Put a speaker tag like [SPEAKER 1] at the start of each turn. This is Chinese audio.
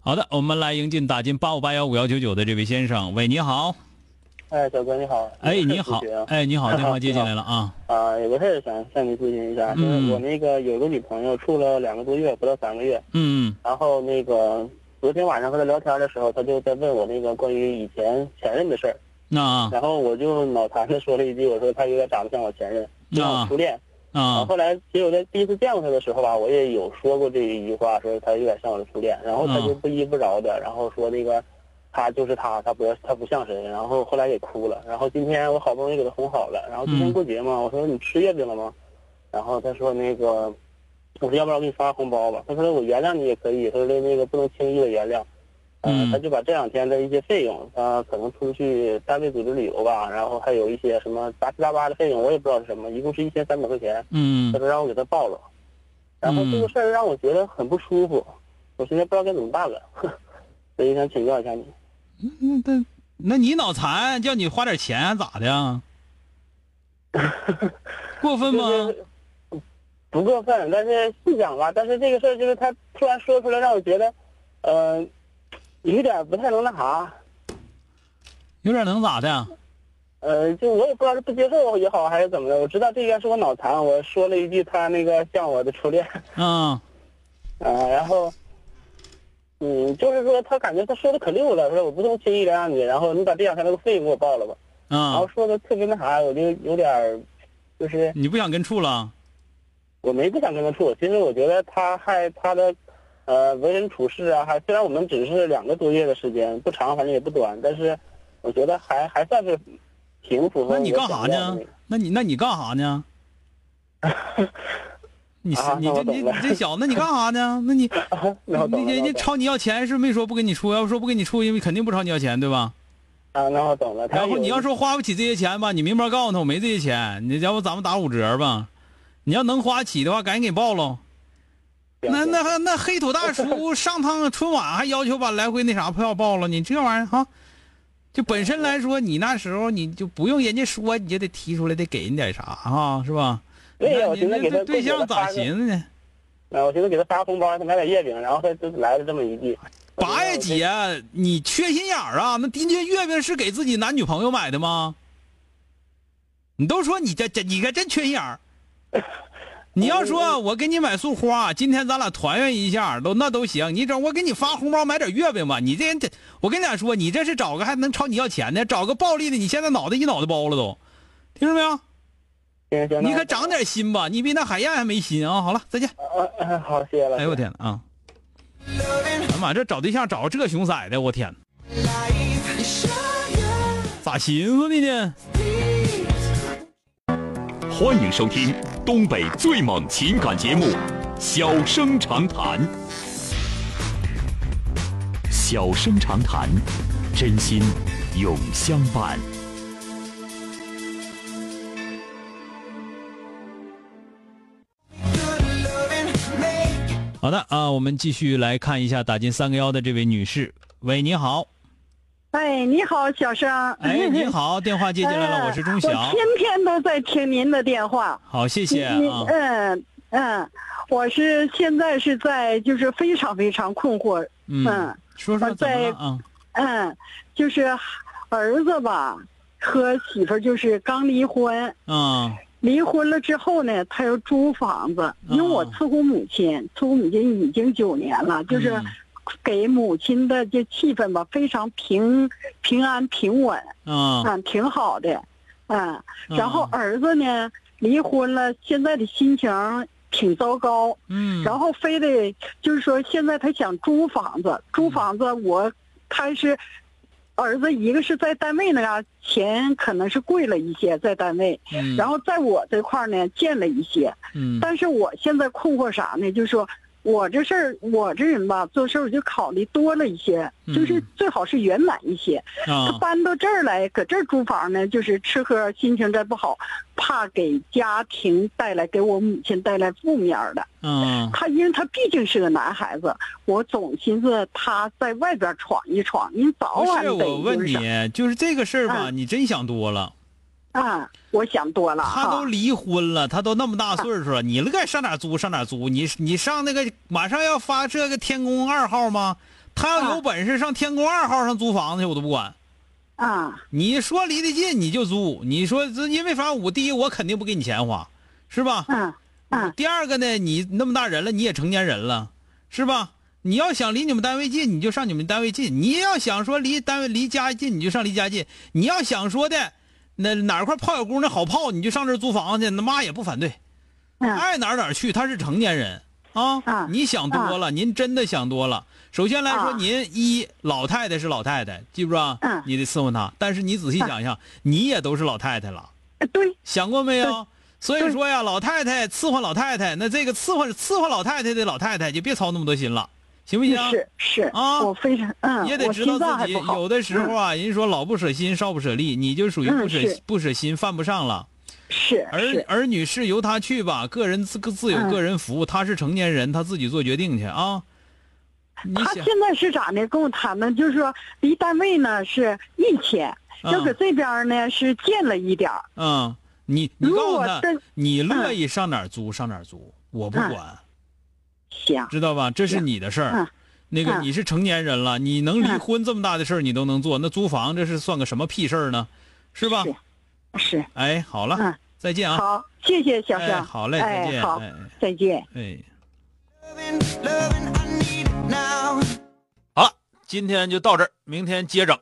[SPEAKER 1] 好的，我们来迎进打进八五八幺五幺九九的这位先生。喂，你好。
[SPEAKER 2] 哎，小哥你好。
[SPEAKER 1] 哎，
[SPEAKER 2] 有个
[SPEAKER 1] 你
[SPEAKER 2] 事
[SPEAKER 1] 好
[SPEAKER 2] 咨询。
[SPEAKER 1] 哎，你好，电话接进来了啊。
[SPEAKER 2] 啊，有个事儿想向你咨询一下，就是
[SPEAKER 1] 嗯
[SPEAKER 2] 我那个有个女朋友处了两个多月，不到三个月，
[SPEAKER 1] 嗯
[SPEAKER 2] 然后那个昨天晚上和她聊天的时候，她就在问我那个关于以前前任的事儿，
[SPEAKER 1] 那 啊
[SPEAKER 2] 然后我就脑残的说了一句，我说她有点长得像我前任，像我初恋。然后
[SPEAKER 1] 啊
[SPEAKER 2] 后来，其实我在第一次见过她的时候吧，我也有说过这一句话，说她有点像我的初恋，然后
[SPEAKER 1] 嗯
[SPEAKER 2] 她就不依不饶的，然后说那个。她就是她，她不是她不像谁。然后后来也哭了。然后今天我好不容易给她哄好了。然后今天
[SPEAKER 1] 嗯
[SPEAKER 2] 过节嘛，我说你吃月饼了吗？然后她说那个，我说要不然我给你发个红包吧。她说我原谅你也可以，她说那个不能轻易的原谅。
[SPEAKER 1] 嗯
[SPEAKER 2] 呃，她就把这两天的一些费用，她可能出去单位组织旅游吧，然后还有一些什么杂七杂八的费用，我也不知道是什么，一共是一千三百块钱。
[SPEAKER 1] 嗯
[SPEAKER 2] 他说让我给他报了，然后这个事儿让我觉得很不舒服，我现在不知道该怎么办了， 所以想请教一下你。
[SPEAKER 1] 嗯，那那你脑残，叫你花点钱啊咋的 啊？过分吗？
[SPEAKER 2] 就是不过分，但是细想吧，但是这个事儿就是他突然说出来，让我觉得，呃，有点不太能那啥，
[SPEAKER 1] 有点能咋的？
[SPEAKER 2] 呃，就我也不知道是不接受也好还是怎么的，我知道这应该是我脑残，我说了一句他那个像我的初恋。
[SPEAKER 1] 嗯
[SPEAKER 2] 啊，然后，嗯，就是说他感觉他说的可溜了，说我不能轻易原啊谅你，然后你把这两天那个费给我报了吧，然后
[SPEAKER 1] 嗯，
[SPEAKER 2] 说的特别那啥，我就有点儿，就是
[SPEAKER 1] 你不想跟处了？
[SPEAKER 2] 我没不想跟他处，其实我觉得他还他的，呃，为人处事啊，还虽然我们只是两个多月的时间，不长，反正也不短，但是我觉得还还算是挺符合
[SPEAKER 1] 那你
[SPEAKER 2] 我
[SPEAKER 1] 干啥
[SPEAKER 2] 想要的
[SPEAKER 1] 呢
[SPEAKER 2] 那个？
[SPEAKER 1] 那你那你干啥呢？你是
[SPEAKER 2] 啊
[SPEAKER 1] 你
[SPEAKER 2] 那
[SPEAKER 1] 这
[SPEAKER 2] 我
[SPEAKER 1] 你
[SPEAKER 2] 懂了
[SPEAKER 1] 这小子，那你干啥呢？那你
[SPEAKER 2] 那我懂
[SPEAKER 1] 你
[SPEAKER 2] 了，
[SPEAKER 1] 人家
[SPEAKER 2] 那我懂了
[SPEAKER 1] 朝你要钱是没说不跟你处，要不说不跟你处，因为肯定不朝你要钱，对吧？
[SPEAKER 2] 啊，那我懂了。他
[SPEAKER 1] 然后
[SPEAKER 2] 有
[SPEAKER 1] 你要
[SPEAKER 2] 一
[SPEAKER 1] 说花不起这些钱吧，你明白告诉他我没这些钱，你要不咱们打五折吧？你要能花起的话，赶紧给报喽。
[SPEAKER 2] 点
[SPEAKER 1] 那
[SPEAKER 2] 儿
[SPEAKER 1] 那还那黑土大 叔上趟春晚还要求把来回那啥票报了，你这玩意儿哈，就本身来说，你那时候你就不用人家说，你就得提出来，得给人点啥哈，是吧？
[SPEAKER 2] 对呀
[SPEAKER 1] 那
[SPEAKER 2] 我
[SPEAKER 1] 你
[SPEAKER 2] 寻思
[SPEAKER 1] 那
[SPEAKER 2] 给他
[SPEAKER 1] 这对
[SPEAKER 2] 多给
[SPEAKER 1] 象
[SPEAKER 2] 他
[SPEAKER 1] 咋
[SPEAKER 2] 发个
[SPEAKER 1] 寻思呢？
[SPEAKER 2] 啊，我寻思给他发红包，让他买点月饼，然后他就来了这么一句。我觉得
[SPEAKER 1] 八呀
[SPEAKER 2] 我这
[SPEAKER 1] 姐，你缺心眼儿啊？那的确月饼是给自己男女朋友买的吗？你都说你这这，你可真缺心眼 儿。你要说我给你买束花，今天咱俩团圆一下都那都行。你整我给你发红包买点月饼吧。你这人这，我跟你俩说，你这是找个还能朝你要钱的，找个暴力的，你现在脑袋一脑袋包了都，听着没有？
[SPEAKER 2] 行行，那
[SPEAKER 1] 你可长点心吧，你比那海燕还没心啊！好了，再见。
[SPEAKER 2] 啊啊 好，谢谢了。
[SPEAKER 1] 哎呦我天啊！哎呀妈，这找对象找这熊崽的，我天！咋寻思的呢？
[SPEAKER 3] 欢迎收听东北最猛情感节目《小生长谈》。小生长谈，真心永相伴。
[SPEAKER 1] 好的啊，我们继续来看一下打进三个幺的这位女士。喂，你好，
[SPEAKER 4] 哎，你好，小生。
[SPEAKER 1] 哎，你好，电话接进 来了，我是钟
[SPEAKER 4] 哎我
[SPEAKER 1] 晓。
[SPEAKER 4] 天天都在听您的电话。
[SPEAKER 1] 好，谢
[SPEAKER 4] 你
[SPEAKER 1] 谢
[SPEAKER 4] 你
[SPEAKER 1] 啊。
[SPEAKER 4] 嗯嗯，我是现在是在就是非常非常困惑，
[SPEAKER 1] 嗯
[SPEAKER 4] 嗯，
[SPEAKER 1] 说说怎么了啊？
[SPEAKER 4] 嗯，就是儿子吧和媳妇儿就是刚离婚，
[SPEAKER 1] 啊，
[SPEAKER 4] 离婚了之后呢，他要租房子，因为我
[SPEAKER 1] 哦
[SPEAKER 4] 伺候母亲，伺候母亲已经九年了，就是
[SPEAKER 1] 嗯
[SPEAKER 4] 给母亲的这气氛吧，非常平平安平稳，
[SPEAKER 1] 啊，
[SPEAKER 4] 嗯，挺好的，嗯。然后
[SPEAKER 1] 啊
[SPEAKER 4] 儿子呢，离婚了，现在的心情挺糟糕，
[SPEAKER 1] 嗯，
[SPEAKER 4] 然后非得就是说，现在他想租房子，
[SPEAKER 1] 嗯
[SPEAKER 4] 租房子我他是儿子，一个是在单位那嘎钱可能是贵了一些，在单位，
[SPEAKER 1] 嗯，
[SPEAKER 4] 然后在我这块儿呢见了一些，
[SPEAKER 1] 嗯，
[SPEAKER 4] 但是我现在困惑啥呢？就是说我这事儿，我这人吧做事儿我就考虑多了一些，就是
[SPEAKER 1] 嗯
[SPEAKER 4] 最好是圆满一些。他
[SPEAKER 1] 啊，
[SPEAKER 4] 搬到这儿来，搁这儿租房呢，就是吃喝心情再不好，怕给家庭带来给我母亲带来负面儿的。
[SPEAKER 1] 啊，
[SPEAKER 4] 他因为他毕竟是个男孩子，我总寻思他在外边闯一闯，你早
[SPEAKER 1] 不
[SPEAKER 4] 晚
[SPEAKER 1] 是
[SPEAKER 4] 得
[SPEAKER 1] 我问
[SPEAKER 4] 就是
[SPEAKER 1] 你，就是这个事儿吧，你真想多了。
[SPEAKER 4] 啊，我想多了
[SPEAKER 1] 他都
[SPEAKER 4] 哈。
[SPEAKER 1] 离婚了，他都那么大岁数了，你乐意上哪租上哪租？你你上那个马上要发这个天宫二号吗？他要有
[SPEAKER 4] 啊
[SPEAKER 1] 本事上天宫二号上租房子去，我都不管。
[SPEAKER 4] 啊
[SPEAKER 1] 你说离得近你就租，你说这因为啥？我第一我肯定不给你钱花，是吧？
[SPEAKER 4] 嗯嗯
[SPEAKER 1] 第二个呢，你那么大人了，你也成年人了，是吧？你要想离你们单位近，你就上你们单位近；你要想说离单位离家近，你就上离家近；你要想说的那哪块泡小姑娘好泡，你就上这儿租房去，那妈也不反对，
[SPEAKER 4] 嗯
[SPEAKER 1] 爱哪儿哪儿去。他是成年人啊，
[SPEAKER 4] 啊
[SPEAKER 1] 你想多了，您真的想多了。首先来说，
[SPEAKER 4] 啊
[SPEAKER 1] 您一老太太是老太太，记不住啊？
[SPEAKER 4] 嗯
[SPEAKER 1] 你得伺候她。但是你仔细想一想，你也都是老太太了。
[SPEAKER 4] 呃对
[SPEAKER 1] 想过没有？所以说呀，老太太伺候老太太，那这个伺候伺候老太太的老太太就别操那么多心了，行不行？
[SPEAKER 4] 是是
[SPEAKER 1] 哎啊
[SPEAKER 4] 我非常嗯，
[SPEAKER 1] 也得
[SPEAKER 4] 我
[SPEAKER 1] 知
[SPEAKER 4] 心
[SPEAKER 1] 道
[SPEAKER 4] 脏还
[SPEAKER 1] 自己
[SPEAKER 4] 不好。
[SPEAKER 1] 有的时候啊，人家说老不舍心，少不舍力，你就属于
[SPEAKER 4] 嗯
[SPEAKER 1] 不舍、
[SPEAKER 4] 是
[SPEAKER 1] 不舍心，犯不上了。
[SPEAKER 4] 是
[SPEAKER 1] 儿
[SPEAKER 4] 是
[SPEAKER 1] 儿女是由他去吧，个人自自有
[SPEAKER 4] 嗯
[SPEAKER 1] 个人服务，他是成年人，他自己做决定去啊。你
[SPEAKER 4] 他
[SPEAKER 1] 想
[SPEAKER 4] 现在是咋呢？跟我谈呢，就是说离单位呢是一千，要搁
[SPEAKER 1] 嗯
[SPEAKER 4] 这边呢是见了一点儿。
[SPEAKER 1] 嗯，你你
[SPEAKER 4] 如
[SPEAKER 1] 告诉
[SPEAKER 4] 果
[SPEAKER 1] 他，
[SPEAKER 4] 真
[SPEAKER 1] 你乐意上哪儿租上哪儿租，我不
[SPEAKER 4] 嗯
[SPEAKER 1] 管。
[SPEAKER 4] 行，
[SPEAKER 1] 知道吧？这是你的事儿。
[SPEAKER 4] 嗯
[SPEAKER 1] 那个
[SPEAKER 4] 嗯
[SPEAKER 1] 你是成年人了，你能离
[SPEAKER 4] 嗯
[SPEAKER 1] 婚这么大的事儿你都能做，那租房这是算个什么屁事儿呢？是吧？
[SPEAKER 4] 是
[SPEAKER 1] 哎，好了，
[SPEAKER 4] 嗯
[SPEAKER 1] 再见啊！
[SPEAKER 4] 好，谢谢小
[SPEAKER 1] 哎，
[SPEAKER 4] 生。
[SPEAKER 1] 好嘞，
[SPEAKER 4] 哎
[SPEAKER 1] 再见。
[SPEAKER 4] 好
[SPEAKER 1] 哎，
[SPEAKER 4] 再见。
[SPEAKER 1] 哎，
[SPEAKER 5] Loving, loving, I need it now.
[SPEAKER 1] 好了，今天就到这儿，明天接着。